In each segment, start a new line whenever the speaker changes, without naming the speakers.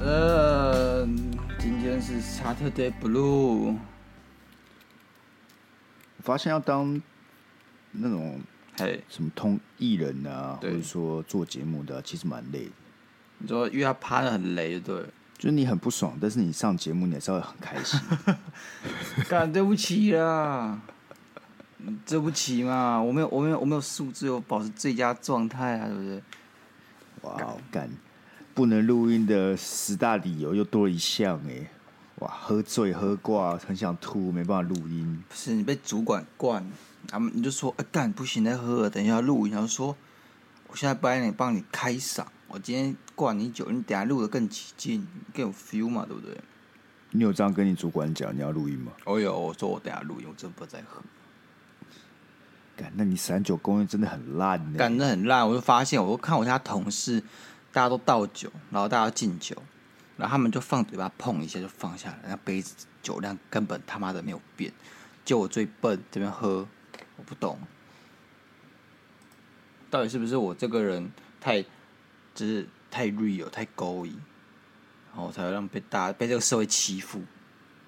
呃，今天是 Saturday Blue，
我发现要当那种
嘿，
什么通艺人啊，或
对
者说做节目的啊、其实蛮累的。
你说因为他趴的很雷， 对了，
就是你很不爽，但是你上节目你还是会很开 心。
干对不起啦，嗯对不起嘛，我没有，我没有，我没有素质，我保持最佳状态啊，对不对？
哇哦，干，不能录音的十大理由又多一项哎、哇，喝醉喝挂，很想吐，没办法录音。
不是你被主管灌，他们你就说，哎、干不行，再喝了，等一下录影，然后说，我现在帮你帮你开嗓，我今天灌你酒，你等一下录的更起劲，更有 feel 嘛，对不对？
你有这样跟你主管讲你要录音吗？
哦有，我说我等一下录影，我真不再喝。
干，那你散酒工业真的很烂欸呢、
干的很烂，我就发现，我就看我家同事，大家都倒酒，然后大家敬酒，然后他们就放嘴巴碰一下就放下来，那杯子酒量根本他妈的没有变，就我最笨这边喝，我不懂，到底是不是我这个人太，就是太 real 太勾引，然后才会让被大家被这个社会欺负。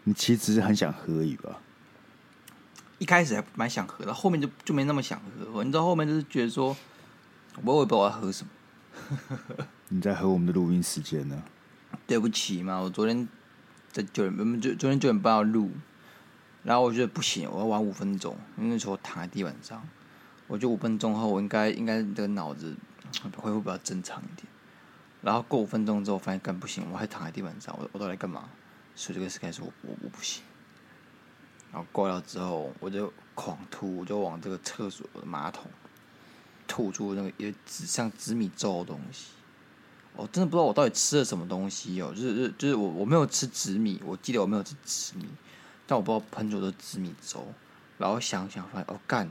你其实只是很想喝而已吧？
一开始还蛮想喝的，后面就就没那么想喝，你知道后面就是觉得说，我也不知道我要喝什么。
你在喝我们的录音时间呢？
对不起嘛，我昨天在九点，我们昨昨天九点半要录，然后我觉得不行，我要玩五分钟，因为那时候我躺在地板上，我觉得五分钟后我应该应该这个脑子 嗯恢复比较正常一点，然后过五分钟之后发现干不行，我还躺在地板上，我我到底在干嘛？所以这个事开始我我我不行，然后挂掉之后我就狂吐，我就往这个厕所的马桶吐出那个有纸像紫米粥的东西。我哦真的不知道我到底吃了什么东西哦，就是就是就是我我没有吃紫米，我记得我没有吃紫米，但我不知道喷出的紫米粥，然后想想发现哦干，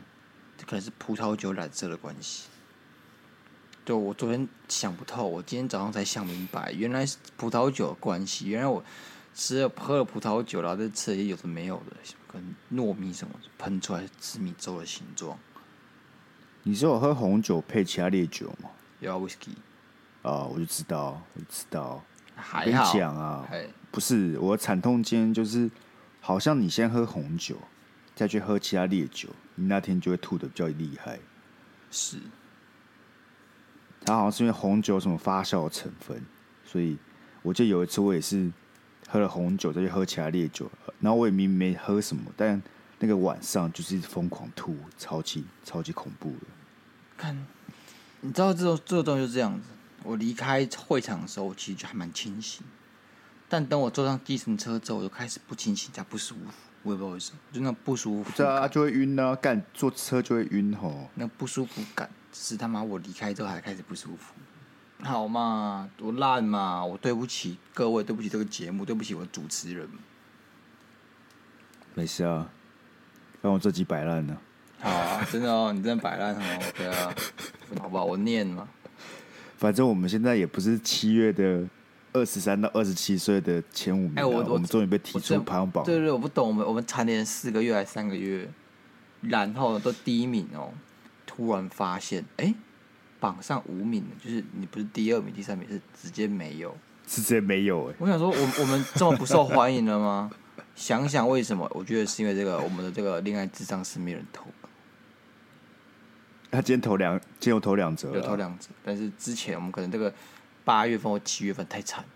这可能是葡萄酒染色的关系。对，我昨天想不透，我今天早上才想明白，原来是葡萄酒的关系，原来我吃了喝了葡萄酒，然后再吃了一些有的没有的，跟糯米什么喷出来是紫米粥的形状，
你是有喝红酒配其他烈酒吗？
又要 whisky，
啊，我就知道，我就知道。我
还
跟你
好，哎
讲啊，
还
不是我的惨痛经验就是，好像你先喝红酒，再去喝其他烈酒，你那天就会吐的比较厉害。
是
它好像是因为红酒有什么发酵的成分，所以我记得有一次我也是喝了红酒，再去喝其他烈酒，然后我也明明没喝什么，但那个晚上就是一直疯狂吐，超级超级恐怖的。
看，你知道这种这种东西就是这样子。我离开会场的时候，我其实就还蛮清醒，但等我坐上计程车之后，我就开始不清醒加不舒服，我也不知道为什么，就那不舒服
这
感，
啊就会晕啊，干坐车就会晕吼。
那不舒服感是他妈我离开之后还开始不舒服。好嘛，我烂嘛，我对不起各位，对不起这个节目，对不起我的主持人。
没事啊，让我这集摆烂了。
好啊，真的哦，你真的摆烂哦，OK 啊，好吧，我念嘛。
反正我们现在也不是七月的二十三到二十七岁的前五名啊、
哎我我
们终于被提
我真
出
的
排行榜
对
了。
对对，我不懂，我们我们蝉联四个月还是三个月，然后都第一名哦，突然发现，哎，榜上无名了，就是你不是第二名、第三名，是直接没有。
是真没有哎、
我想说我，我们这么不受欢迎了吗？ 想想为什么？我觉得是因为这个我们的这个恋爱智商是没人投稿，
他今天投两，今天有投两折
有
了啊，
投两者，但是之前我们可能这个八月份或七月份太惨了，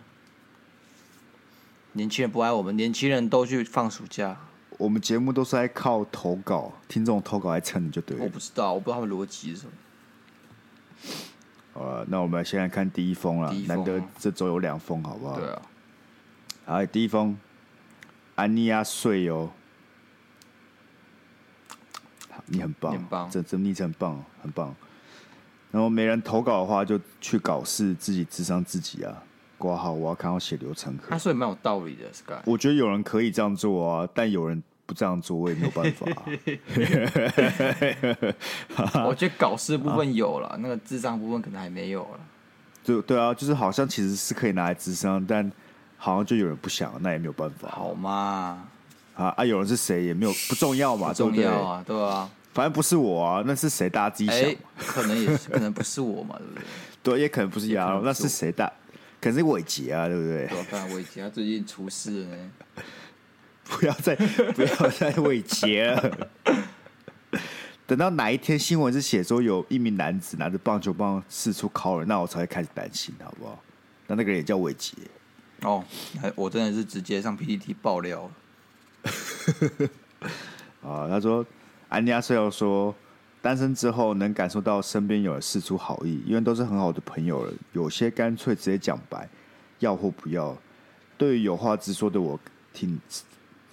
年轻人不爱我们，年轻人都去放暑假。
我们节目都是在靠投稿，听众投稿来撑的就对
我
了。
不知道，我不知道他们逻辑是什么。
好了，那我们来先来看第一封了
第一，封啊
难得这周有两封，好不好？
对。啊，
好，第一封，安妮亚睡哦，好你很棒，
你很棒
这这昵称很棒，哦很棒。然后没人投稿的话，就去搞事，自己智商自己啊。挂号，我要看到血流成河
他。说也蛮有道理的，Sky。
我觉得有人可以这样做啊，但有人不这样做，我也没有办法、 啊。
我觉得搞事部
啊
分有了，那个智障部分可能还没有了。
对对啊，就是好像其哦实是可以拿来智商，但好像就有人不想，那也没有办法。
好嘛，
啊啊，有人是谁也没有不重要嘛，
不
对
重
不对？
要啊，对啊，
反正不是我啊，那是谁大家自己想嘛、
哎，可能也是，可能不是我嘛，对不对？
对，也可能不是
可
亚
能
龙，
不
那
是
是谁大？可能是伟杰啊，对不对？
对啊，看伟杰他最近出事了呢，
不要再不要再伟杰了。等到哪一天新闻是写说有一名男子拿着棒球棒四处敲人，那我才会开始担心，好不好？那那个人也叫伟杰，
哦，哎我真的是直接上 PPT 爆料了，
啊，他说安妮亚舍友说，单身之后能感受到身边有人示出好意，因为都是很好的朋友了，有些干脆直接讲白，要或不要。对于有话直说的我，挺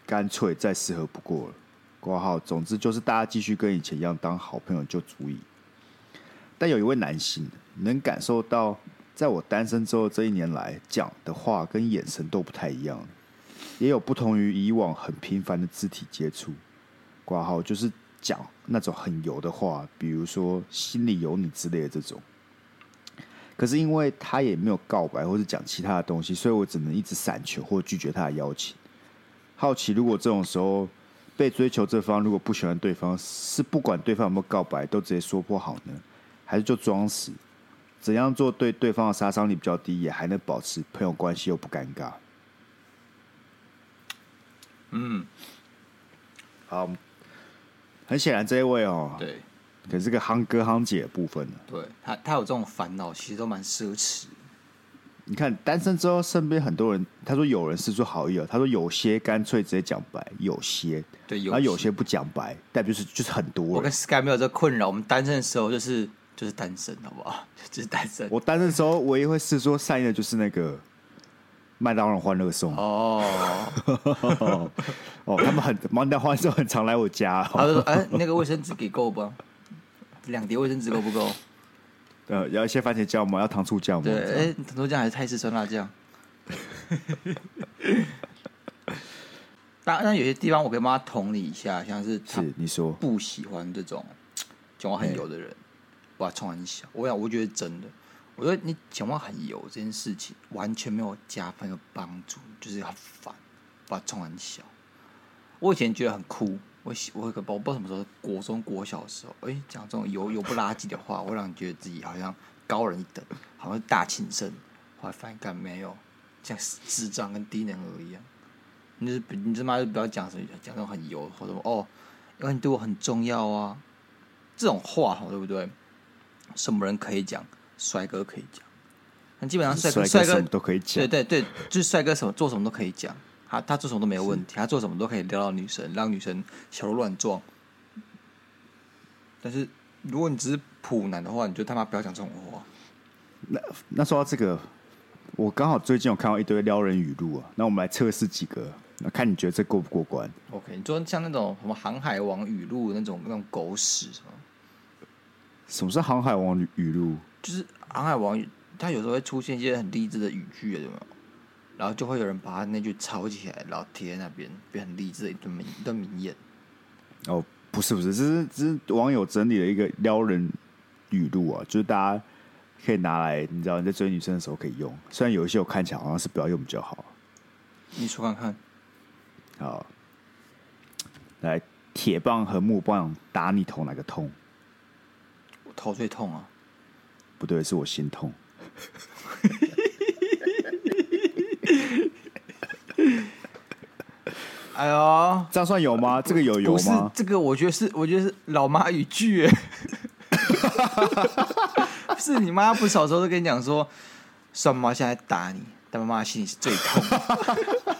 干脆，再适合不过了。挂号，总之就是大家继续跟以前一样当好朋友就足以。但有一位男性能感受到，在我单身之后这一年来讲的话跟眼神都不太一样了，也有不同于以往很频繁的肢体接触。挂号就是讲那种很油的话，比如说心里有你之类的这种。可是因为他也没有告白或是讲其他的东西，所以我只能一直闪求或拒绝他的邀请。好奇，如果这种时候被追求这方如果不喜欢对方，是不管对方有没有告白，都直接说破好呢，还是就装死？怎样做对对方的杀伤力比较低，也还能保持朋友关系又不尴尬？
嗯，
好，很显然这一位哦，
对
可是个夯哥夯姐的部分呢。
对，他他有这种烦恼，其实都蛮奢侈的，
你看单身之后，身边很多人，他说有人是出好意哦了，他说有些干脆直接讲白，有些，
对，
然
有
后有些不讲白，但就是就是很
我
多
跟
人。
Sky 没有这困扰，我们单身的时候就是就是单身，好不好？ 就是单身。
我单身的时候唯一会是说善意的，就是那个麦当劳欢乐颂
哦，
哦他们很麦当劳欢乐颂很常来我家、
他
哦，
就说：“哎、那个卫生纸给够不？两叠卫生纸够不够？
呃，要一些番茄酱吗？要糖醋酱吗？
对，
这
哎
样、
糖醋酱还是泰式酸辣 酱？当然，有些地方我可以帮他同理一下，像是他
是你说
不喜欢这种讲话很油的人，哇，冲很小。我想，我觉得真的，我觉得你讲话很油这件事情完全没有加分和帮助，就是很烦，哇，冲很小。我以前觉得很酷，我喜我我不知道什么时候，国中国小的时候，哎、讲这种油油不拉几的话，会让你觉得自己好像高人一等，好像是大情圣。后来发现干没有，像智障跟低能儿一样。你就是不你他妈就不要讲什么讲那种很油或者哦，因为你对我很重要啊，这种话吼对不对？什么人可以讲？帅哥可以讲，那基本上啊帅
帅
哥
哥
帅
什
哥
么都可以讲
对，对对，就是帅哥什么做什么都可以讲，他他做什么都没有问题，他做什么都可以撩到女生，让女生小鹿乱撞。但是如果你只是普男的话，你就他妈不要讲这种话。
那说到这个，我刚好最近有看到一堆撩人语录啊，那我们来测试几个，那看你觉得这过不过关？
OK，你说像那种什么航海王语录那种那种狗屎什么，
什么是航海王语语录？
就是航海王他有时候会出现一些很励志的语句，有没有？然后就会有人把他那句抄起来，然后贴在那边，变很励志的一段名一段名言。
哦，不是不是，这是这是网友整理的一个撩人语录啊，就是大家可以拿来，你知道你在追女生的时候可以用，虽然有一些我看起来好像是不要用比较好。
你说看看，
好，来，铁棒和木棒打你头哪个痛？
我头最痛啊！
不对，是我心痛。
哎呦，
这样算有吗？这个有有
不是
吗？
这个，我觉得是，我觉得是老妈语句耶。 是你妈不小时候都跟你讲说，算妈现在打你，但妈妈心里是最痛的。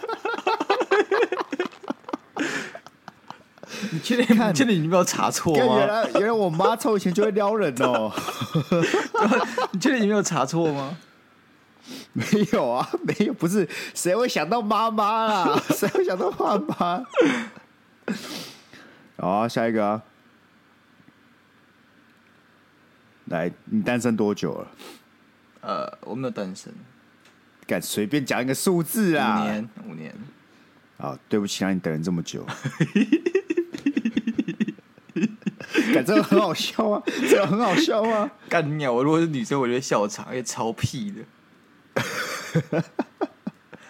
你确定？你确定你没有查错
干原
吗？
来原来我妈从以前就会撩人哦，
你确定你没有查错吗？
没有啊，没有，不是谁会想到妈妈啦？ 谁会想到妈妈？好啊，下一个啊，来，你单身多久了？
呃，我没有单身，
敢随便讲一个数字
五
啊？
年，五年。
啊，对不起，让你等了这么 久。感这个很好笑啊，这个很好笑啊。
干 鸟！如果是女生，我就会笑场，因为超屁的。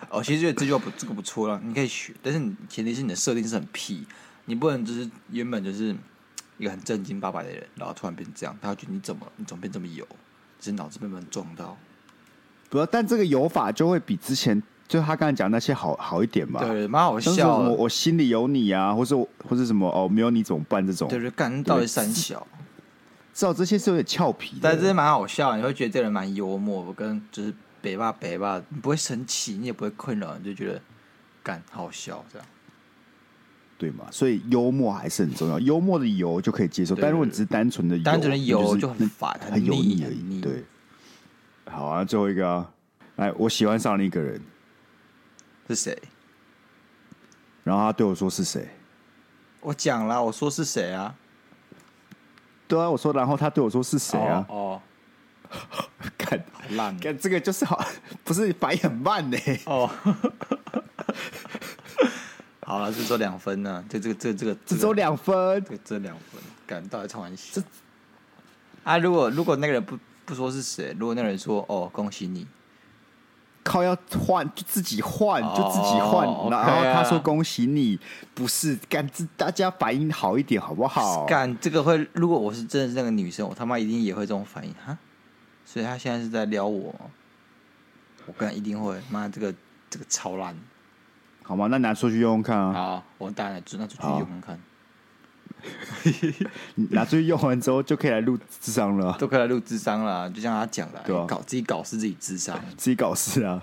哦，其实觉得这句话不这个不错啦，你可以学，但是你前提是你的设定是很屁，你不能就是原本就是一个很正经八百的人，然后突然变这样，他会觉得你怎么了你怎么变这么油，只是脑子被门撞到。
不要，但这个有法就会比之前就他刚才讲那些好好一点吧。
对，蛮好
像是什
笑
么
的。
我心里有你啊，或是我或是什么哦没有你怎么办这种，
对对，干到底三小，
至少这些是有点俏皮
但是
的。
蛮好笑的，你会觉得这个人蛮幽默，我跟就是北吧北吧，你不会生气，你也不会困扰，你就觉得干好笑这样。
对嘛，所以幽默还是很重要，幽默的油就可以接受，
对
但如果你只是单纯的油，
单纯的油
你
就是很烦，
很油
腻，
腻而
很
已。
腻。
对，，好啊，最后一个啊，来，我喜欢上了一个人，
是谁？
然后他对我说是谁？
我讲啦，我说是谁啊？
对啊，我说，然后他对我说是谁啊？
哦，
看
哦好烂
看这个就是好， 不是反应很慢呢、
哦。 好了，这周两分呢，这这个这这个
这只有两分，
这这两分，感到底开玩笑。啊，如果如果那个人不不说是谁，如果那个人说哦恭喜你，
靠要换就自己换
哦
就自己换，
OK 啊
然后他说恭喜你，不是干这大家反应好一点好不好？
干这个会，如果我是真的是那个女生，我他妈一定也会这种反应哈。所以他现在是在撩我吗，我跟一定会，妈这个这个超烂。
好吗？那拿出去用用看啊，
好，我当然就那就去
好
用看看，
你拿出去用完之后就可以来录智商了啊，
都可以来录智商啦，就像他讲的，
对啊
搞自己搞是自己智商
自己搞事啊。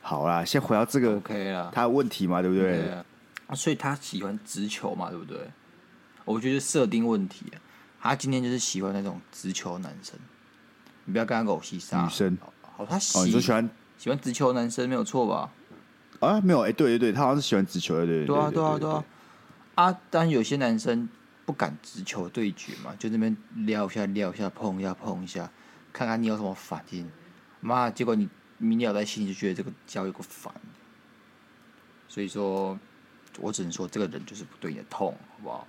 好啦，先回到这个
，OK 啦，
他的问题嘛，对不对？
啊，啊所以他喜欢直球嘛，对不对？我觉得设定问题，啊他今天就是喜欢那种直球男生，你不要跟他狗西沙
女生
好，他喜、
哦，你说喜欢
喜欢直球男生没有错吧？
啊？没有，哎、对对对，他好像是喜欢直球的，对对
对啊，
对
对啊，对啊。啊，当然有些男生不敢直球对决嘛，就那边撩一下、撩一下、碰一下、碰一下，看看你有什么反应。妈，结果你你聊在心里就觉得这个交友个烦。所以说，我只能说这个人就是不对你的痛，好不好？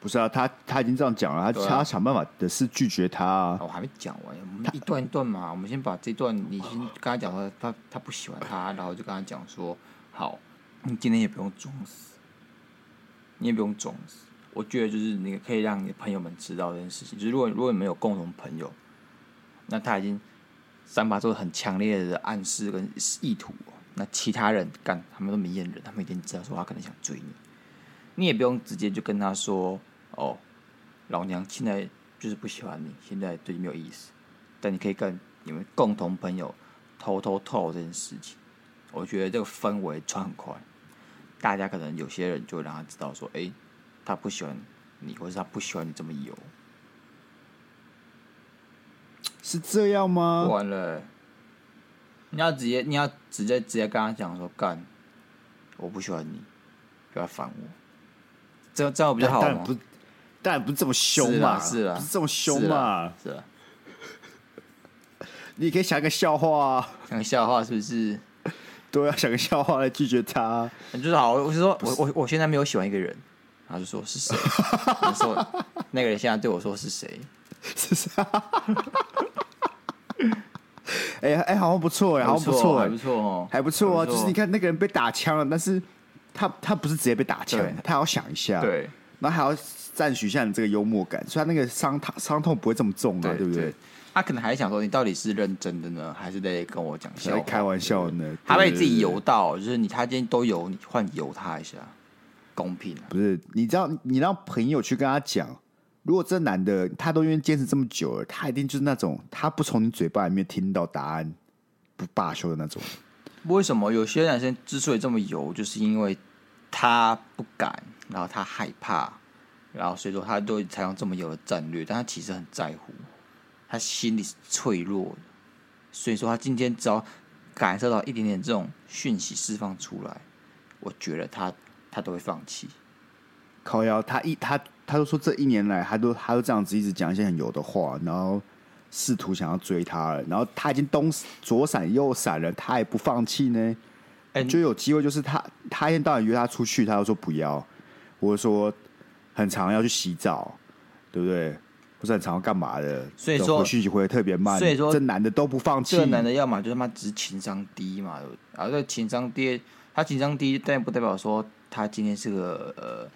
不是啊，他他已经这样讲了，他、
对啊
他要想办法的是拒绝他、啊
啊，我还没讲完，我们一段一段嘛，我们先把这段你先跟他讲说他他不喜欢他，然后就跟他讲说，好，你今天也不用装死，你也不用装死。我觉得就是你可以让你的朋友们知道这件事情，就是如果如果你们有共同朋友，那他已经三把做很强烈的暗示跟意图哦，那其他人干他们都明眼人，他们已经知道说他可能想追你，你也不用直接就跟他说哦，老娘现在就是不喜欢你，现在对你没有意思。但你可以跟你们共同朋友偷偷透露这件事情，我觉得这个氛围传很快，大家可能有些人就会让他知道说，诶，他不喜欢你，或是他不喜欢你这么油。
是这样吗？
完了、你要直接你要直接直接跟他讲说，干，我不喜欢你，不要烦我，这样这样比较好
当
吗
然？不，当然不是这么凶
是
嘛，
啦是啦，
不是这么凶
是
嘛
啦，，是啦。
你也可以想一个笑话啊，
讲个笑话是不是？
对啊，想个笑话来拒绝他。
就是好，我是说我我我现在没有喜欢一个人，然后就说是谁，我就说那个人现在对我说是 谁，
哎哎，好像不错哎，好像
不
错
还
哎
不，错哦，
还不错啊。
还不错
就是你看那个人被打枪了，但是他他不是直接被打枪
对，
他还要想一下，，
对
然后还要赞许一下你这个幽默感，所以他那个伤他伤痛不会这么重啊，对不对？？
他可能还想说你到底是认真的呢，还是在跟我讲笑
在
话？
开玩笑呢，
他被
对
自己游，到，就是你他今天都游，你换游他一下，公平啊。
对对不是？你知道你让朋友去跟他讲。如果这男的他都愿意坚持这么久了，他一定就是那种他不从你嘴巴里面听到答案不罢休的那种。
为什么有些男生之所以这么油，就是因为他不敢，然后他害怕，然后所以说他就采用这么油的战略，但他其实很在乎，他心里是脆弱的，所以说他今天只要感受到一点点这种讯息释放出来，我觉得他他都会放弃。
靠腰，他一他他都说这一年来，他都他都这样子一直讲一些很油的话，然后试图想要追他了，然后他已经东左闪右闪了，他也不放弃呢，
哎、
就有机会就是他他一天到晚约他出去，他都说不要，我就说很常要去洗澡，对不对？不是很常要干嘛的，
所以
这种
说
回讯息回的特别慢，
所以说
这男的都不放弃，
这个男的要么就是他妈只是情商低嘛，对不对啊，这个情商低，他情商低，但不代表说他今天是个呃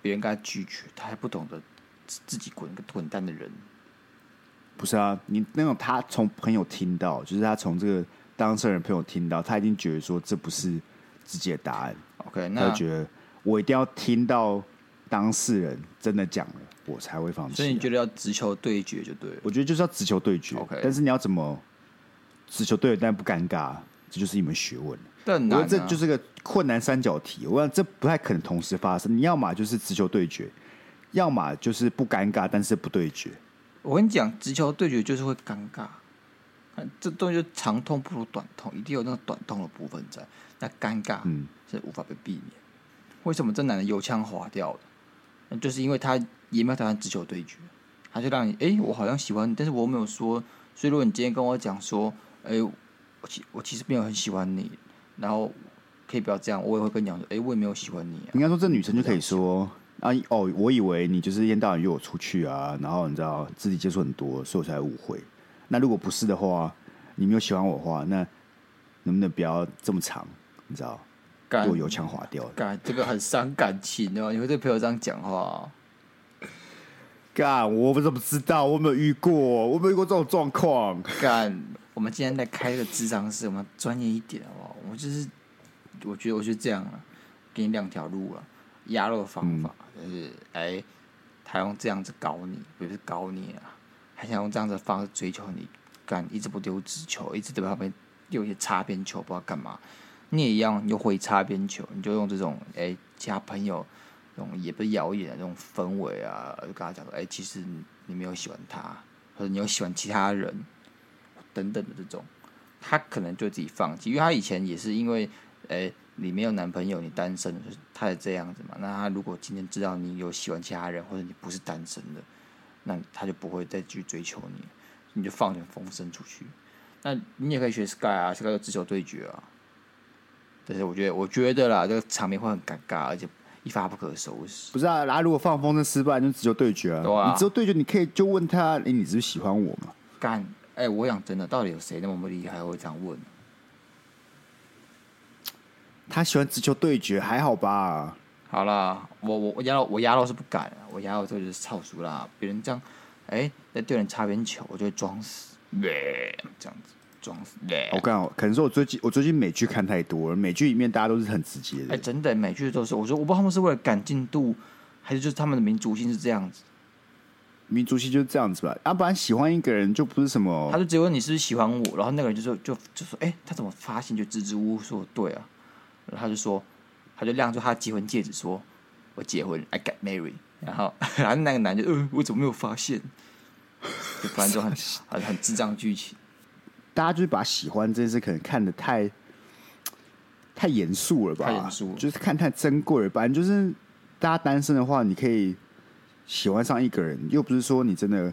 别人跟他拒绝，他还不懂得自自己滚个滚蛋的人。
不是啊，你那种他从朋友听到，就是他从这个当事人朋友听到，他一定觉得说这不是自己的答案，
OK，
他
那
就觉得我一定要听到当事人真的讲了，我才会放弃啊、
所以你觉得要直球对决就对了。
我觉得就是要直球对决
OK
但是你要怎么直球对决，但不尴尬，这就是一门学问。
但很
我觉
难、啊
得，这就是个困难三角题，我想这不太可能同时发生。你要么就是直球对决，要么就是不尴尬，但是不对决。
我跟你讲，直球对决就是会尴尬。啊这东西就长痛不如短痛，一定有那个短痛的部分在。那尴尬
嗯
是无法被避免。为什么这男的油腔滑调的？那就是因为他也没有打算直球对决，他就让你，诶，我好像喜欢你，但是我没有说。所以如果你今天跟我讲说，诶，我其我其实没有很喜欢你，然后可以不要这样，我也会跟你讲说，诶，我也没有喜欢你、啊。
应该说，这女生就可以说啊，哦，我以为你就是一天到晚约我出去啊，然后你知道肢体接触很多，所以我才误会。那如果不是的话，你没有喜欢我的话，那能不能不要这么长？你知道，
干
对我油腔滑调的。
感这个很伤感情哦，你会对朋友这样讲话哦、
干，我怎么知道？我没有遇过，我没有遇过这种状况。
干，我们今天在开这个智商室，我们专业一点好不好？我就是，我觉得我就这样了，给你两条路了，鸭肉方法、就是，哎，他用这样子搞你，不是搞你啊，还想用这样子的方式追求你，干一直不丢直球，一直在旁边丢一些擦边球，不知道干嘛。你也一样，你就会擦边球，你就用这种哎，其他朋友这种也不是谣言啊，这种氛围啊，就跟他讲说，哎，其实你你没有喜欢他，或者你有喜欢其他人。等等的这种，她可能就自己放弃，因为她以前也是因为，诶、你没有男朋友，你单身，就是她才这样子嘛。那她如果今天知道你有喜欢其他人，或者你不是单身的，那她就不会再去追求你，你就放点风声出去。那你也可以学 Sky 啊，Sky 就直球对决啊。但是我觉得，我觉得啦，这个场面会很尴尬，而且一发不可收拾。
不是啊，然后如果放风筝失败，就只有对决啊。
对啊
你只有对决，你可以就问他，哎、你是不是喜欢我嘛？
干，哎、我想真的，到底有谁那么厉害会这样问？
他喜欢直球对决，还好吧？
好啦，我我我压到我压到是不敢啊，我压到就是操熟啦。别人这样，哎、在对人擦边球，我就会装死，这样子装死。
我刚好可能是我最近我最近美剧看太多了，美剧里面大家都是很直接
哎、
的。
真的每句都是，我说我不知道他们是为了赶进度，还是就是他们的民族性是这样子，
民族系就是这样子吧，啊要、不然喜欢一个人就不是什么
他就直接问你是不是喜欢我，然后那个人就说就就说，哎、他怎么发现就支支吾吾说对啊，然后他就说，他就亮出他的结婚戒指说，我结婚，I got married，然后 然后那个男的，呃，我怎么没有发现？就不然就很很很智障的剧情。
大家就是把喜欢这件事可能看得太太严肃了吧，
太严肃了
就是看太珍贵了吧。反正就是大家单身的话，你可以喜欢上一个人，又不是说你真的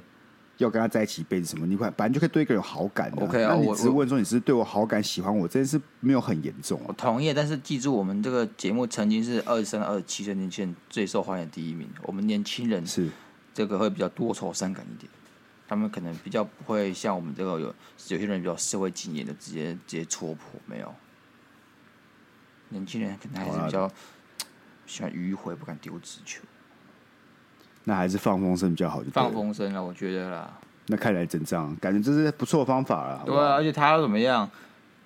要跟他在一起一辈子什么，你反反正就可以对一个人有好感的、
OK 啊
那你
我
只是问说你是对我好感、喜欢我这件事，没有很严重
我
啊。
同意，但是记住，我们这个节目曾经是二十三、二十七岁年轻人最受欢迎的第一名。我们年轻人
是
这个会比较多愁善感一点，他们可能比较不会像我们这个有有些人比较社会经验的，直接直接戳破没有。年轻人可能还是比较喜欢迂回，不敢丢直球，
那还是放风声比较好就对了
放。风声了，啊我觉得啦。
那看来真这样，感觉这是不错的方法了。好不
对
好
啊，而且他要怎么样？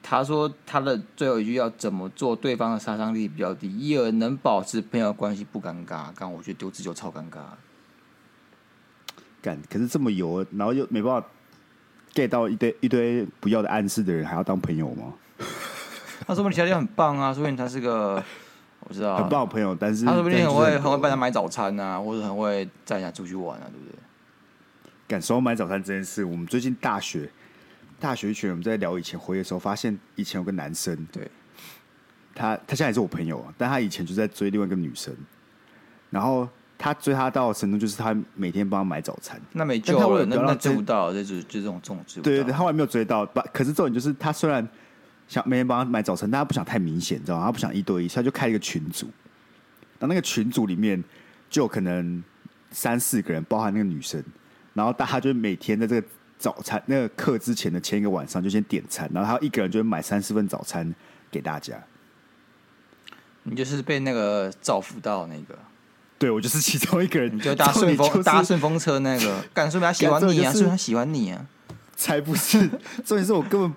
他说他的最后一句要怎么做，对方的杀伤力比较低，因而能保持朋友关系不尴尬。刚我觉得丢自球超尴尬，
干，可是这么油，然后又没办法 get 到一堆一堆不要的暗示的人，还要当朋友吗？
他说不定条件很棒啊，说不定他是个我知道，
很棒的朋友，但是
啊他说不定
但
很
是
会
就是
很会
油
帮他买早餐啊，或者很会带人家出去玩啊，对不对？
干。说到买早餐这件事，我们最近大学大学一群人我们在聊以前回忆的时候，发现以前有个男生，
对，
他他现在也是我朋友啊，但他以前就在追另外一个女生，然后他追她到的程度就是他每天帮她买早餐。
那没救
但他为
了，
了
那
得到
那
这
追不到，这就是就这种这种追不到。
对对对，他后来没有追到，把可是重点就是他虽然想每天帮他买早餐，但他不想太明显，你知道吗？他不想一对一，所以他就开了一个群组。然后那个群组里面就有可能三四个人，包含那个女生，然后大家就每天在这个早餐那个课之前的前一个晚上就先点餐，然后他一个人就会买三四份早餐给大家。
你就是被那个造福到那个，
对我就是其中一个人，
你 就搭
重
顺
点
风、
就是
搭顺风车那个，干顺便他喜欢你啊，
干
顺
重点就是
便他喜欢你啊，
才不是， 重点是我根本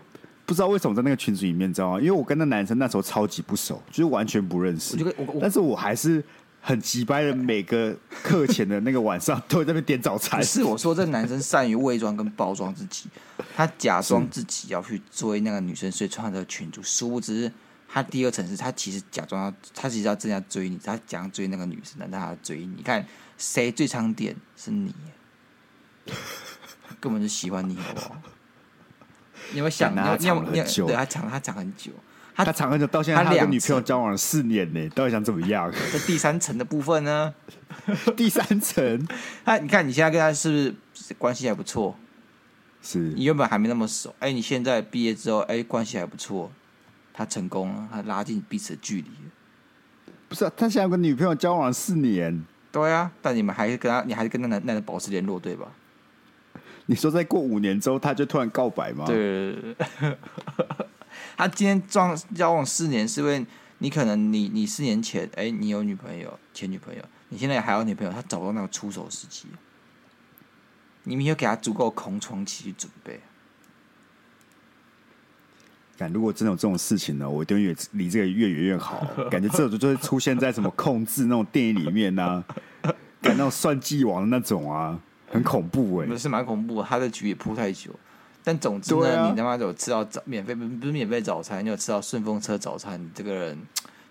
不知道为什么在那个群组里面，你知道吗？因为我跟那男生那时候超级不熟，就是完全不认识
我就跟我。我
但是我还是很急掰的，每个课前的那个晚上都会在那边点早餐
不。是我说，这男生善于伪装跟包装自己，他假装自己要去追那个女生，所以穿他的裙子。殊不知，他第二层是他其实假装要，他其实要正在追你，他假装追那个女生，但他要追你。你看谁最常点是你，根本就喜欢你，好不好？你有没有想？你
干他
有你有
藏了
你有
很久
对他藏他藏很久，他
他常常就到现在，
他
他跟
两
女朋友
次
交往了四年呢，到底想怎么样？
在第三层的部分呢？
第三层
他你看你现在跟他是不是关系还不错？
是
你原本还没那么熟，哎、你现在毕业之后，哎、关系还不错，他成功了，他拉近彼此的距离了。
不是啊、他现在跟女朋友交往了四年，
对啊，但你们还是跟他，你还是跟那男那人保持联络，对吧？
你说再过五年之后，他就突然告白吗？，
对对对 对。他今天撞交往四年，是因为你可能你你四年前，哎、你有女朋友前女朋友，你现在还有女朋友，他找不到那个出手时机，你们有给他足够的空窗期去准备。
感如果真的有这种事情呢，我一定越离这个越远 越好。感觉这种就会出现在什么控制那种电影里面呐、 感那种算计王的那种啊，很恐怖哎、
那是蛮恐怖的，他的局也铺太久。但总之
对
呢，
啊
你他妈有吃到早免费不不是免费早餐，你有吃到顺风车早餐，你这个人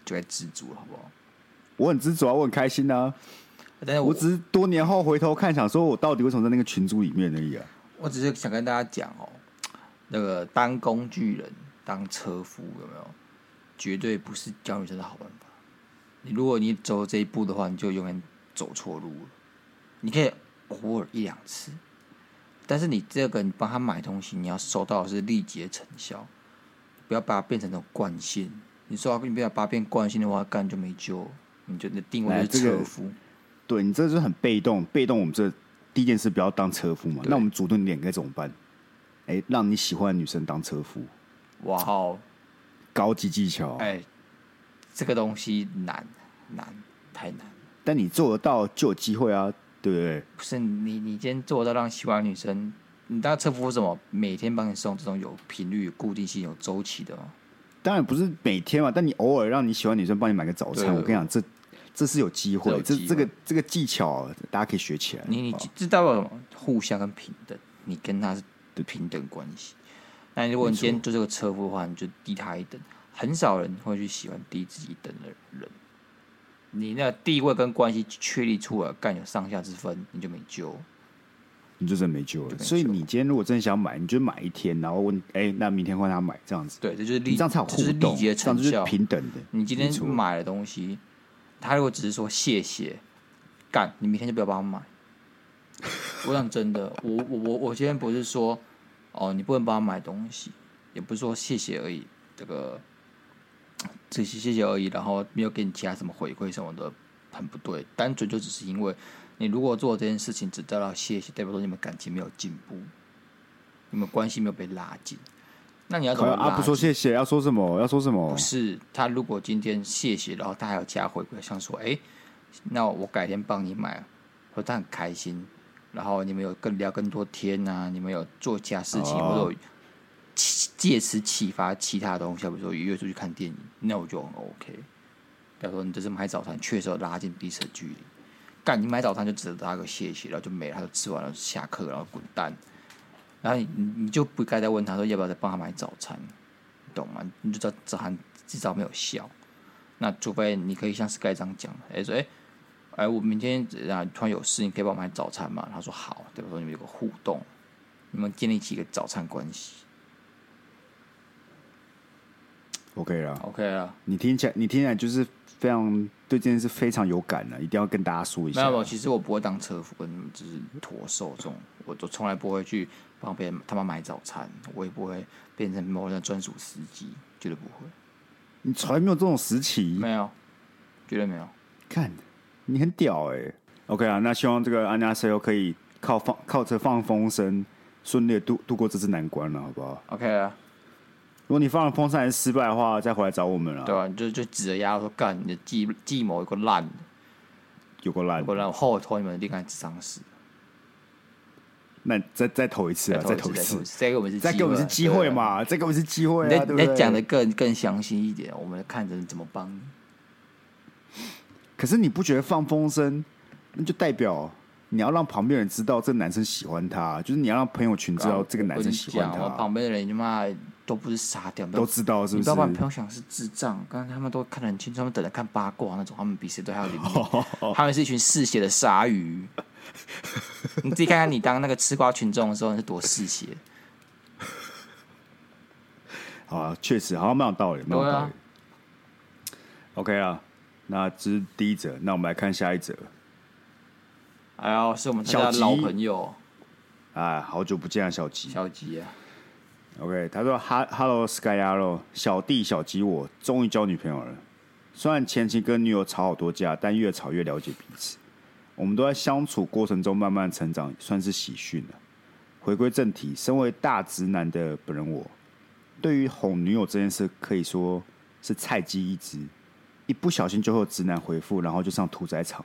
就该知足了，好不好？
我很知足啊，我很开心啊。
但是我
我只是多年后回头看，想说我到底为什么在那个群组里面而已啊？
我只是想跟大家讲哦，那个当工具人、当车夫有没有，绝对不是教女生的好办法。你如果你走这一步的话，你就永远走错路了。你可以偶尔一两次，但是你这个你帮他买东西，你要收到的是立即的成效，不要把它变成那种惯性。你说啊你不要把它变惯性的话，干就没救了，你就你的定位
来
就是
这个
车夫。
对你这就是很被动，被动我们这第一件事不要当车夫嘛。
对
那我们主动一点该怎么办？哎、让你喜欢的女生当车夫，
哇哦！
高级技巧。
哎、这个东西难难太难，
但你做得到就有机会啊，对不对？
不是你你今天做到让喜欢的女生，你当车服为什么每天帮你送这种有频率、有固定性、有周期的哦吗？
当然不是每天嘛，但你偶尔让你喜欢的女生帮你买个早餐，
对
我跟你讲，这这是有机
这
会，
有
这
机会
这个这个技巧大家可以学起来。哦
你你
好不好
这代表什么？互相跟平等，你跟他是平等关系。那如果你
没错
今天做这个车夫的话，你就低他一等。很少人会去喜欢低自己一等的人。你那地位跟关系确立出来，干有上下之分，你就没救。
你就真没救了。
没救
所以你今天如果真的想买，你就买一天，然后问，哎、那明天换他买这样子，
对，这就是立，
你这样才有
这
互
就是立
动，
即的
这样
成
就是
效。
平等的。
你今
没
天嗯
错
买的东西，他如果只是说谢谢，干，你明天就不要帮他买。我讲真的，我我我我今天不是说哦，你不能帮他买东西，也不是说谢谢而已，这个只是谢谢而已，然后没有给你其他什么回馈什么的，很不对。单纯就只是因为你如果做这件事情只得到谢谢，代表说你们感情没有进步，你们关系没有被拉近。那你要怎
还
么
有
拉
啊，不
近？
说谢谢，要说什么？要说什么
不？是他如果今天谢谢，然后他还有加回馈，像说，哎、那我改天帮你买，或者他很开心，然后你们有更聊更多天啊，你们有做其他事情，
哦
或者有启借此启发其他东西，比如说约出去看电影，那我就很 OK。比如说你这次买早餐，确实有拉近彼此的距离。干，你买早餐就只得他个谢谢，然后就没了，他就吃完了下课，然后滚蛋。然后你你你就不该再问他说要不要再帮他买早餐，你懂吗？你就知道这行至少没有效。那除非你可以像 Sky 这样讲，哎、说哎哎、我明天啊突然有事，你可以帮我买早餐吗？他说好，对吧？说你们有个互动，你们建立起一个早餐关系
OK 了，
，OK 啊了。
你听起来，你听起来就是非常对这件事非常有感啊的、一定要跟大家说一
没
下。
有没有，其实我不会当车夫，跟就是驼兽这种，我都从来不会去帮别人他妈买早餐，我也不会变成某人的专属司机，绝对不会，
你从来没有这种时期。
没有，绝对没有。
欸看，你很屌哎、OK 啊，那希望这个安家 C O 可以靠放靠着放风声，顺利地度度过这次难关了，好不好？
OK 啊，
如果你放了风扇还是失败的话，再回来找我们了。
对吧、你就就指着丫头说：“干，你的计计谋有个烂的，
有够烂
有，个烂，后头你们一定该智商死。
那你再再投一次啊，再投一
再投
次
一，次，再给我们一次，
再给我们一次机会。嘛，再给我们一次机会
对
啊，
啊你
对不
再
对？
你再讲的更更详细一点，我们看着你怎么帮你。
可是你不觉得放风声，那就代表你要让旁边人知道这个男生喜欢他，就是你要让朋友群知道啊这个男生喜欢
我跟你讲我
他，
旁边的人他妈都不是傻屌，
都知道是
你
不
不要把你朋
是？
友想是智障，刚才他们都看得很清楚，他们等着看八卦那种，他们比谁都还要灵 敏。他们是一群嗜血的鲨鱼。 你自己看看，你当那个吃瓜群众的时候，你是多嗜血。
好啊，确实好像蛮有道理，蛮有
对啊
道理。OK 啊，那这是第一则，那我们来看下一则。
哎呦，是我们大
小
家的
吉
老朋友
啊，好久不见啊，小吉。
小吉啊，
OK，他说哈，Hello Sky Hello，小弟小吉我，终于交女朋友了。虽然前期跟女友吵好多架，但越吵越了解彼此。我们都在相处过程中慢慢成长，算是喜讯了。回归正题，身为大直男的本人我，对于哄女友这件事，可以说是菜鸡一只。一不小心就会有直男回复，然后就上屠宰场。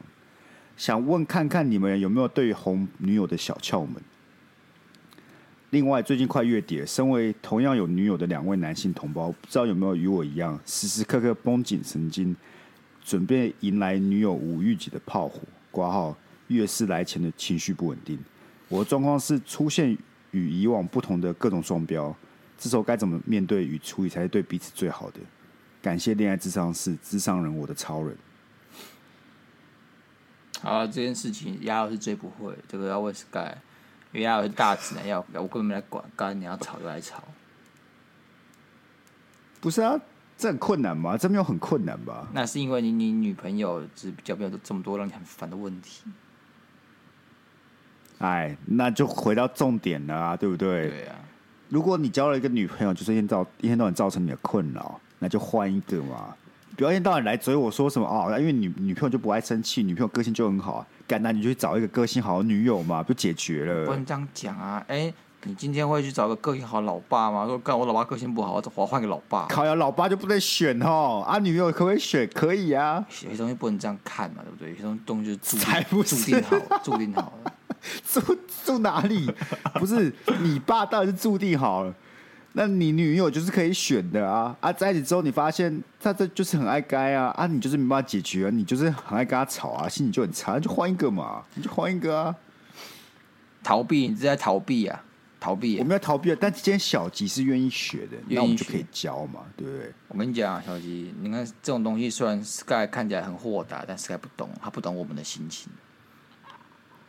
想问看看你们有没有对于哄女友的小窍门？另外，最近快月底了，身为同样有女友的两位男性同胞，不知道有没有与我一样，时时刻刻绷紧神经，准备迎来女友无预警的炮火。挂号月事来前的情绪不稳定，我的状况是出现与以往不同的各种双标，这时候该怎么面对与处理才是对彼此最好的？感谢恋爱智商是智商人，我的超人。
好啊，这件事情丫头是最不会，这个要问 Sky，因为丫头是大直男，要我根本没来管，刚才你要吵就来吵。
不是啊，这很困难吗？这没有很困难吧？
那是因为你你女朋友是比较没有这么多让你很烦的问题。
哎，那就回到重点了啊，对不对？
对啊，
如果你交了一个女朋友，就是一天到一天到晚造成你的困扰，那就换一个嘛，不要一天到晚来追我说什么哦，因为女女朋友就不爱生气，女朋友个性就很好啊，干那你就去找一个个性好的女友嘛，不就解决
不
了
能？这样讲啊！哎、你今天会去找个个性好的老爸吗？说干我老爸个性不好，我我换个老爸。
靠呀，老爸就不能选哦，啊，女友可不可以选？可以啊，
有些东西不能这样看嘛，对不对？有些东东西就是注
才
定
不
注
是
定好，注定好了。
住 住哪里？ 不是你爸当然是注定好了，那你女友就是可以选的啊啊！在一起之后，你发现他这就是很爱该啊啊，你就是没办法解决、啊，你就是很爱跟他吵啊，心情就很差，那就换一个嘛，你就换一个啊！
逃避，你是在逃避啊，逃避、
我
啊。
们要逃避了，但今天小吉是愿意学的，
愿意
那我们就
学
可以教嘛，对不对？
我跟你讲、啊，小吉，你看这种东西，虽然 Sky 看起来很豁达，但 Sky 不懂，他不懂我们的心情，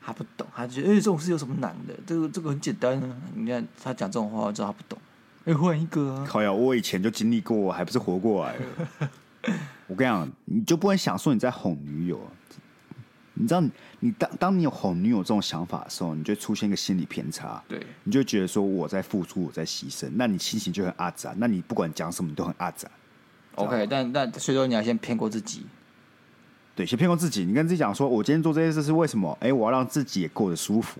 他不懂，他觉得哎、这种事有什么难的？这个这个很简单啊。你看他讲这种话，我知道他不懂。哎、换一个啊！
靠呀，我以前就经历过，还不是活过来了。 我跟你讲，你就不能想说你在哄女友。你知道你，你当当你有哄女友这种想法的时候，你就会出现一个心理偏差，
对，
你就会觉得说我在付出，我在牺牲，那你心情就很阿杂，那你不管讲什么，你都很阿杂。
OK，但但所以说你要先骗过自己，
对，先骗过自己，你跟自己讲说，我今天做这件事是为什么？哎、我要让自己也过得舒服，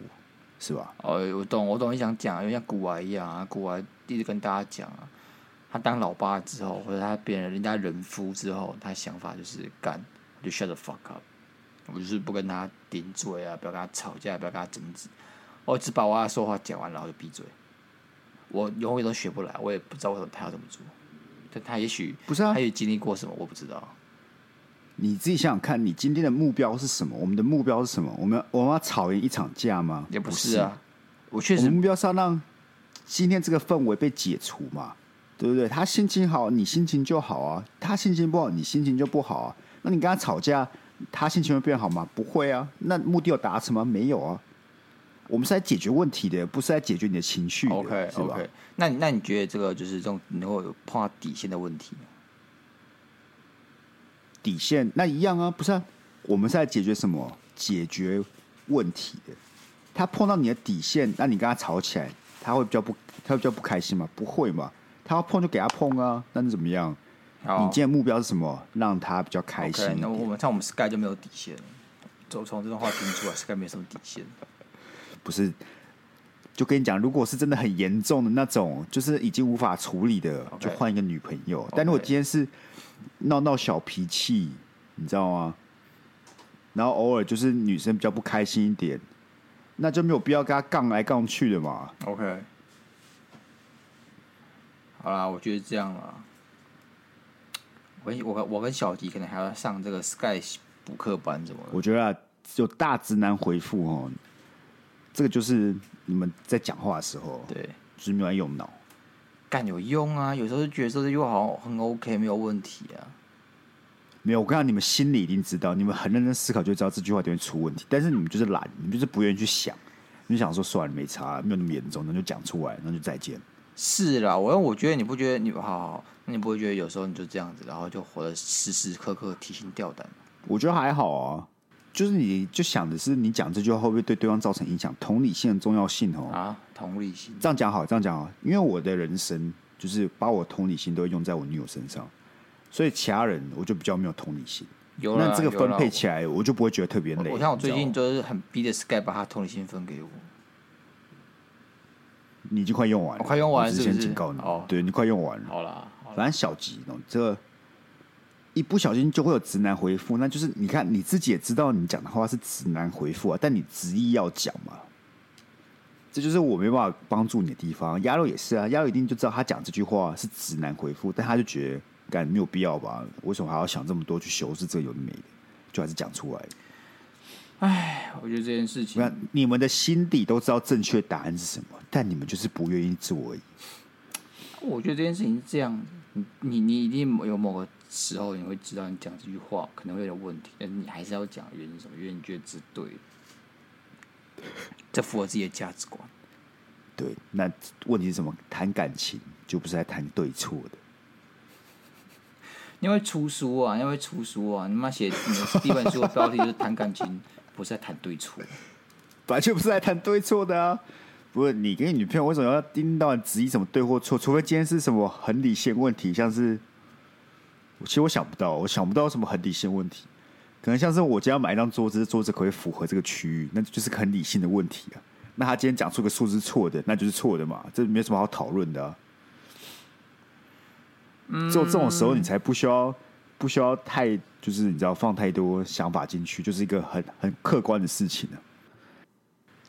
是吧？
哦，我懂，我懂你想讲，就像古玩一样啊，古玩一直跟大家讲啊，他当老爸之后，或者他变成人家人夫之后，他想法就是干，我就 shut the fuck up，我就是不跟他顶嘴啊，不要跟他吵架，不要跟他争执，我只把我要说话讲完，然后就闭嘴。我永远都学不来，我也不知道为什么他要这么做，但他也许
不是啊
他也经历过什么，我不知道。
你自己想想看，你今天的目标是什么？我们的目标是什么？我们我们要吵赢一场架吗？
也不
是
是啊，我确
我们
实
目标是要让今天这个氛围被解除嘛，对不对？他心情好，你心情就好啊；他心情不好，你心情就不好啊。那你跟他吵架，他心情会变好吗？不会啊。那目的有达成吗？没有啊。我们是来解决问题的，不是来解决你的情绪的
OK
是吧
OK。那你那你觉得这个就是这种能够有碰到底线的问题吗？
底线那一样啊，不是啊？我们是来解决什么？解决问题的。他碰到你的底线，那你跟他吵起来，他会比较不，他会比较不开心吗？不会嘛。他要碰就给他碰啊，那你怎么样？
好
你今天的目标是什么？让他比较开心
哦 OK，
一
那我
点。
们像我们 Sky 就没有底线了，就从这段话听出来，Sky 没有什么底线。
不是。就跟你讲，如果是真的很严重的那种，就是已经无法处理的
OK
就换一个女朋友。但如果今天是闹闹小脾气，你知道吗？然后偶尔就是女生比较不开心一点，那就没有必要跟她杠来杠去的嘛。
OK，好啦，我觉得这样啦。我跟我跟我跟小迪可能还要上这个 Sky 补课班什么的。
我觉得啊有大直男回复哦，这个就是你们在讲话的时候，
对，
就是没有在用脑。
干有用啊！有时候就觉得这句话好像很 OK，没有问题啊。
没有，我告诉你们，心里一定知道，你们很认真思考就知道这句话一定会出问题，但是你们就是懒，你们就是不愿意去想，你就想说算了，没差，没有那么严重，那就讲出来，那就再见。
是啦，我我觉得你不觉得你好好好，那你不会觉得有时候你就这样子，然后就活得时时刻刻提心吊胆？
我觉得还好啊，就是你就想的是，你讲这句话会不会对对方造成影响？同理性的重要性哦，
啊，同理心。
这样讲好，这样讲好，因为我的人生就是把我同理心都会用在我女友身上，所以其他人我就比较没有同理心。
有啦
那这个
有啦
分配起来，我就不会觉得特别累。
我我像我最
你
近
知道吗
就是很逼的 Sky 把他同理心分给我。
你已经快用完了，
我快用完了
我只
是不
先
是
警告你，
哦
对你快用完了。
好啦，好啦
反正小吉哦，这个一不小心就会有直男回复，那就是你看你自己也知道你讲的话是直男回复啊，但你执意要讲嘛，这就是我没办法帮助你的地方。鸭肉也是啊，鸭肉一定就知道他讲这句话是直男回复，但他就觉得感没有必要吧，为什么还要想这么多去修饰这个有的没的，就还是讲出来。
哎我觉得这件事情
那你们的心底都知道正确答案是什么，但你们就是不愿意做而已。
我觉得这件事情是这样，你你你一定有某个时候你会知道，你讲这句话可能会有点问题，但是你还是要讲，原因是什么？原因你觉得是对的，这符合自己的价值观。
对，那问题是什么？谈感情就不是在谈对错的。
你会出书啊，你会出书啊，你妈写你的第一本书的标题就是谈感情，不是在谈对错。
完全不是来谈对错的啊！不是你跟你女朋友为什么要盯到质疑什么对或错？除非今天是什么很理性问题，像是，其实我想不到，我想不到什么很理性问题，可能像是我今天要买一张桌子，这桌子可不可以符合这个区域，那就是个很理性的问题啊。那他今天讲出个数字错的，那就是错的嘛，这没什么好讨论的、啊。只有这种时候，你才不需要不需要太就是你知道放太多想法进去，就是一个很很客观的事情呢、啊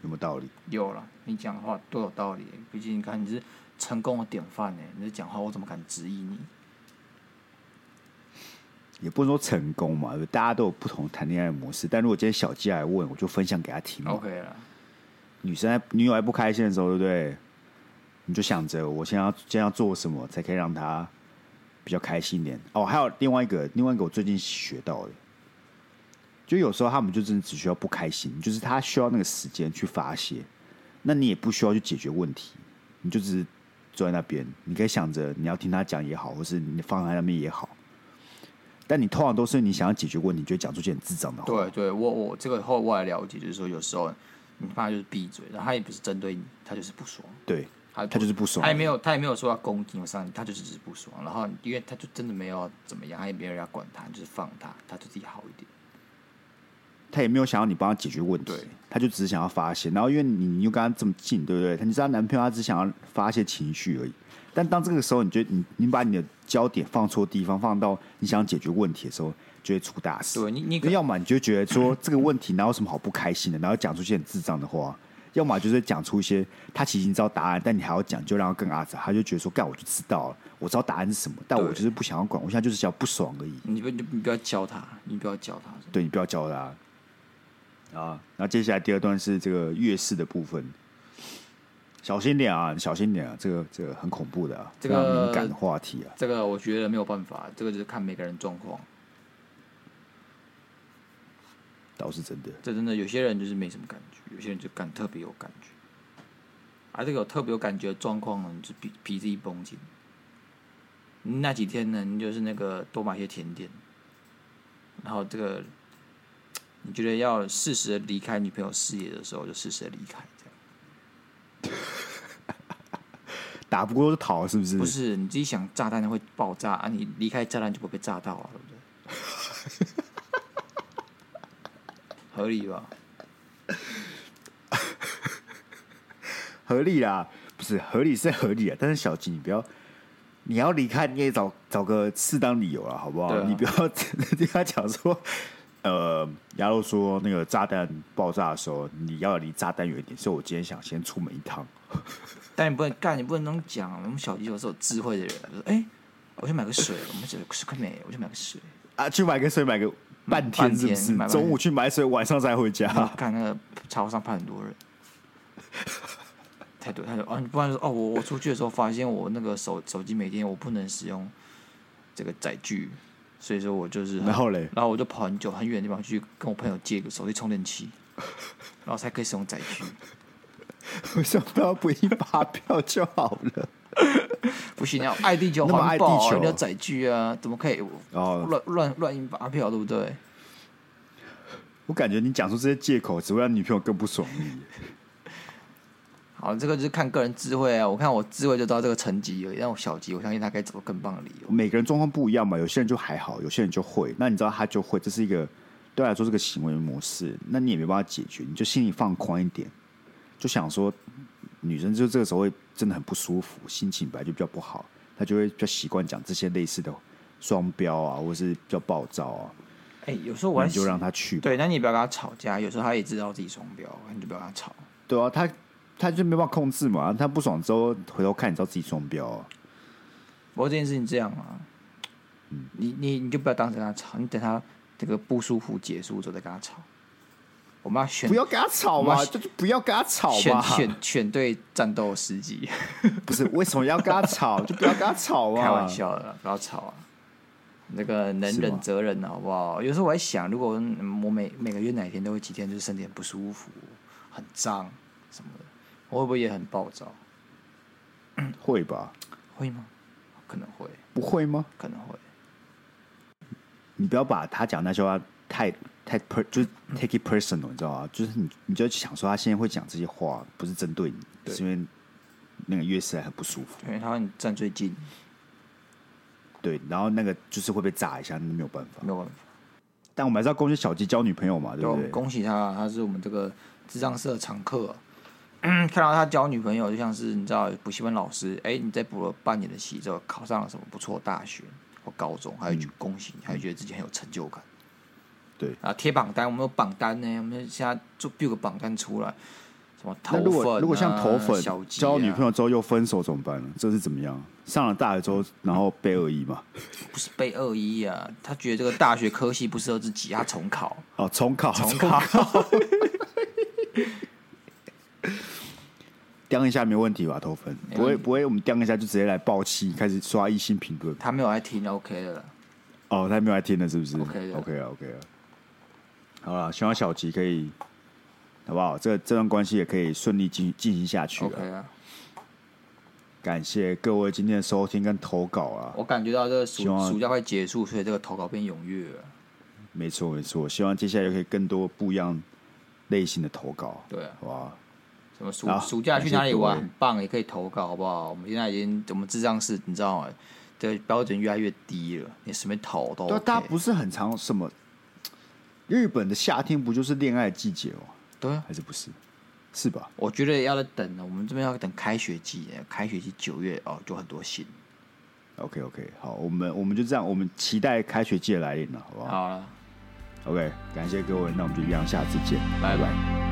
有没有道理？
有了，你讲的话都有道理，毕竟你看你是成功的典范呢，你这讲话我怎么敢质疑你？
也不能说成功嘛，大家都有不同谈恋爱的模式。但如果今天小鸡来问，我就分享给他听嘛。
OK 了，
女生在女友还不开心的时候，对不对？你就想着我现在要今天要做什么才可以让她比较开心一点。哦，还有另外一个，另外一个我最近学到的，就有时候他们就真的只需要不开心，就是他需要那个时间去发泄，那你也不需要去解决问题，你就只是坐在那边，你可以想着你要听他讲也好，或是你放在那边也好。但你通常都是你想要解决问题，就会讲出一些很智障的话。
对对，我我这个后来了解，就是说有时候你爸就是闭嘴，然后他也不是针对你，他就是不爽。
对，
他
他就是不爽
他也没有，他也没有说要攻击我上你，他就是只是不爽。然后因为他就真的没有怎么样，他也没有人要管他，就是放他，他就自己好一点。
他也没有想要你帮他解决问题
对，
他就只是想要发泄。然后因为你你又跟他这么近，对不对？你知道她男朋友他只想要发泄情绪而已。但当这个时候，你觉得你你把你的焦点放错地方，放到你想解决问题的时候，就会出大事。
对你你可
那要么你就觉得说这个问题哪有什么好不开心的，然后讲出一些很智障的话；要么就是讲出一些他其实已经知道答案，但你还要讲，就让他更阿杂。他就觉得说，干我就知道了，我知道答案是什么，但我
对
就是不想要管，我现在就是想要不爽而已。
你不你你不要教他，你不要教他。
对你不要教他啊。然后接下来第二段是这个月事的部分，小心点啊，小心点啊，这个这个很恐怖的、啊，
这个
非常敏感的话题啊。
这个我觉得没有办法，这个就是看每个人状况。
倒是真的，
这真的有些人就是没什么感觉，有些人就感特别有感觉。啊，这个有特别有感觉的状况呢，你就皮皮自己绷紧。那几天呢，你就是那个多买一些甜点，然后这个你觉得要适时的离开女朋友视野的时候，就适时的离开，这样
打不过就逃，啊是不是？
不是你自己想炸弹会爆炸啊，你离开炸弹就不会被炸到啊，对不对？合理吧？
合理啦，不是合理是合理啊，但是小吉你不要，你要离开你也找找个适当理由了，好不好？
对啊
你不要 跟他讲说，呃，亚肉说那个炸弹爆炸的时候，你要离炸弹远一点，所以我今天想先出门一趟。
但你不能干，你不能那么讲啊。我们小弟我是有智慧的人，就说哎、我去买个水，我们水快没了，我去买个水。
啊，去买个水，买个嗯半天嗯是不是？
半天
中午去买水，晚上再回家。
然后看那个超上怕很多人，太多太多啊！不然就是哦，我我出去的时候发现我那个手手机没电，我不能使用这个载具，所以说我就是很
然后嘞，
然后我就跑很久很远的地方去跟我朋友借个手机充电器，然后才可以使用载具。
为什么不要不一发票就好了？
不行啊，爱地球
那么
环
爱
保、
地
啊，
球
人家载具啊，怎么可以
哦
乱乱乱印发票，对不对？
我感觉你讲出这些借口，只会让女朋友更不爽你。
好，这个就是看个人智慧啊。我看我智慧就到这个层级而已，但我小级，我相信他该找到更棒的理由。
每个人状况不一样嘛，有些人就还好，有些人就会。那你知道他就会，这是一个对他来说是个行为模式，那你也没办法解决，你就心里放宽一点，就想说女生就这个时候会真的很不舒服，心情本来就比较不好，她就会比较习惯讲这些类似的双标啊，或是比较暴躁啊，
哎、有时候我还
那你就让她去吧。
对，那你不要跟他吵架。有时候他也知道自己双标，你就不要跟他吵。
对啊，他他就没办法控制嘛，他不爽之后回头看，你知道自己双标、啊。
不过这件事情这样啊，
嗯
你你你就不要当着他吵，你等他这个不舒服结束之后再跟他吵。我们要选
不要跟他吵
我
嘛，
们要
就是不要跟他吵
选
嘛。
选选对战斗时机，
不是为什么要跟 他吵，就不要跟他吵嘛。
开玩，笑的啦，不要吵啊。那个能
是吗
忍则忍，啊好不好？有时候我在想，如果嗯我每每个月哪天都有几天就是身体很不舒服、很胀什么的，我会不会也很暴躁？
会吧？
会吗？可能会，
不会吗？
可能会。
你不要把他讲那些话太太 per 就是 take it personal，你知道吗？就是你你就想说他现在会讲这些话，不是针对你，
对
是因为那个月事还很不舒服。
因为他和你站最近，
对，然后那个就是会被炸一下，那没有办法。
没有办法。
但我们还是要恭喜小鸡交女朋友嘛，对
对，我
不
们
对？
恭喜他，他是我们这个智障社的常客。嗯看到他交女朋友，就像是你知道补习班老师，哎、你在补了半年的习之后，考上了什么不错的大学或高中，还有恭喜你，还觉得自己很有成就感。
嗯对
啊，贴榜单，我们有榜单呢，我们现在就 build 个榜单出来，什么头
那
粉、啊、
如果如果像头粉
小鸡、啊、
交女朋友之后又分手怎么办呢？这是怎么样？上了大学之后，然后被恶意嘛？
不是被恶意啊，他觉得这个大学科系不适合自己，他重考。
哦，重考，
重
考， 掂一下没问题吧？头粉
没问题
不会不会，我们掂一下就直接来爆气，开始刷一星评论。
他没有爱听，OK 的了。
哦，他没有来听了是不是
OK 的
OK 啊 OK 啊，好了，希望小吉可以好不好？这这段关系也可以顺利进进行下去
OK
了。
啊，
感谢各位今天的收听跟投稿啊。
我感觉到这个暑
希望
暑假快结束，所以这个投稿变踊跃了。
没错没错，希望接下来可以更多不一样类型的投稿，
对啊，
好吧？
什么暑
好
暑假去哪里
感谢各
玩
位
很棒，也可以投稿，好不好？我们现在已经我们智障是，你知道吗？这个标准越来越低了，你随便投都、
对
OK
啊，。大家不是很常什么？日本的夏天不就是恋爱的季节吗？
对啊，
还是不是？是吧？
我觉得要再等了，我们这边要等开学季，开学季九月哦，就很多信。
OK OK，好，我们我们就这样，我们期待开学季的来临了，好不好
好了，
o k 感谢各位，那我们就一样，下次见，
拜拜
拜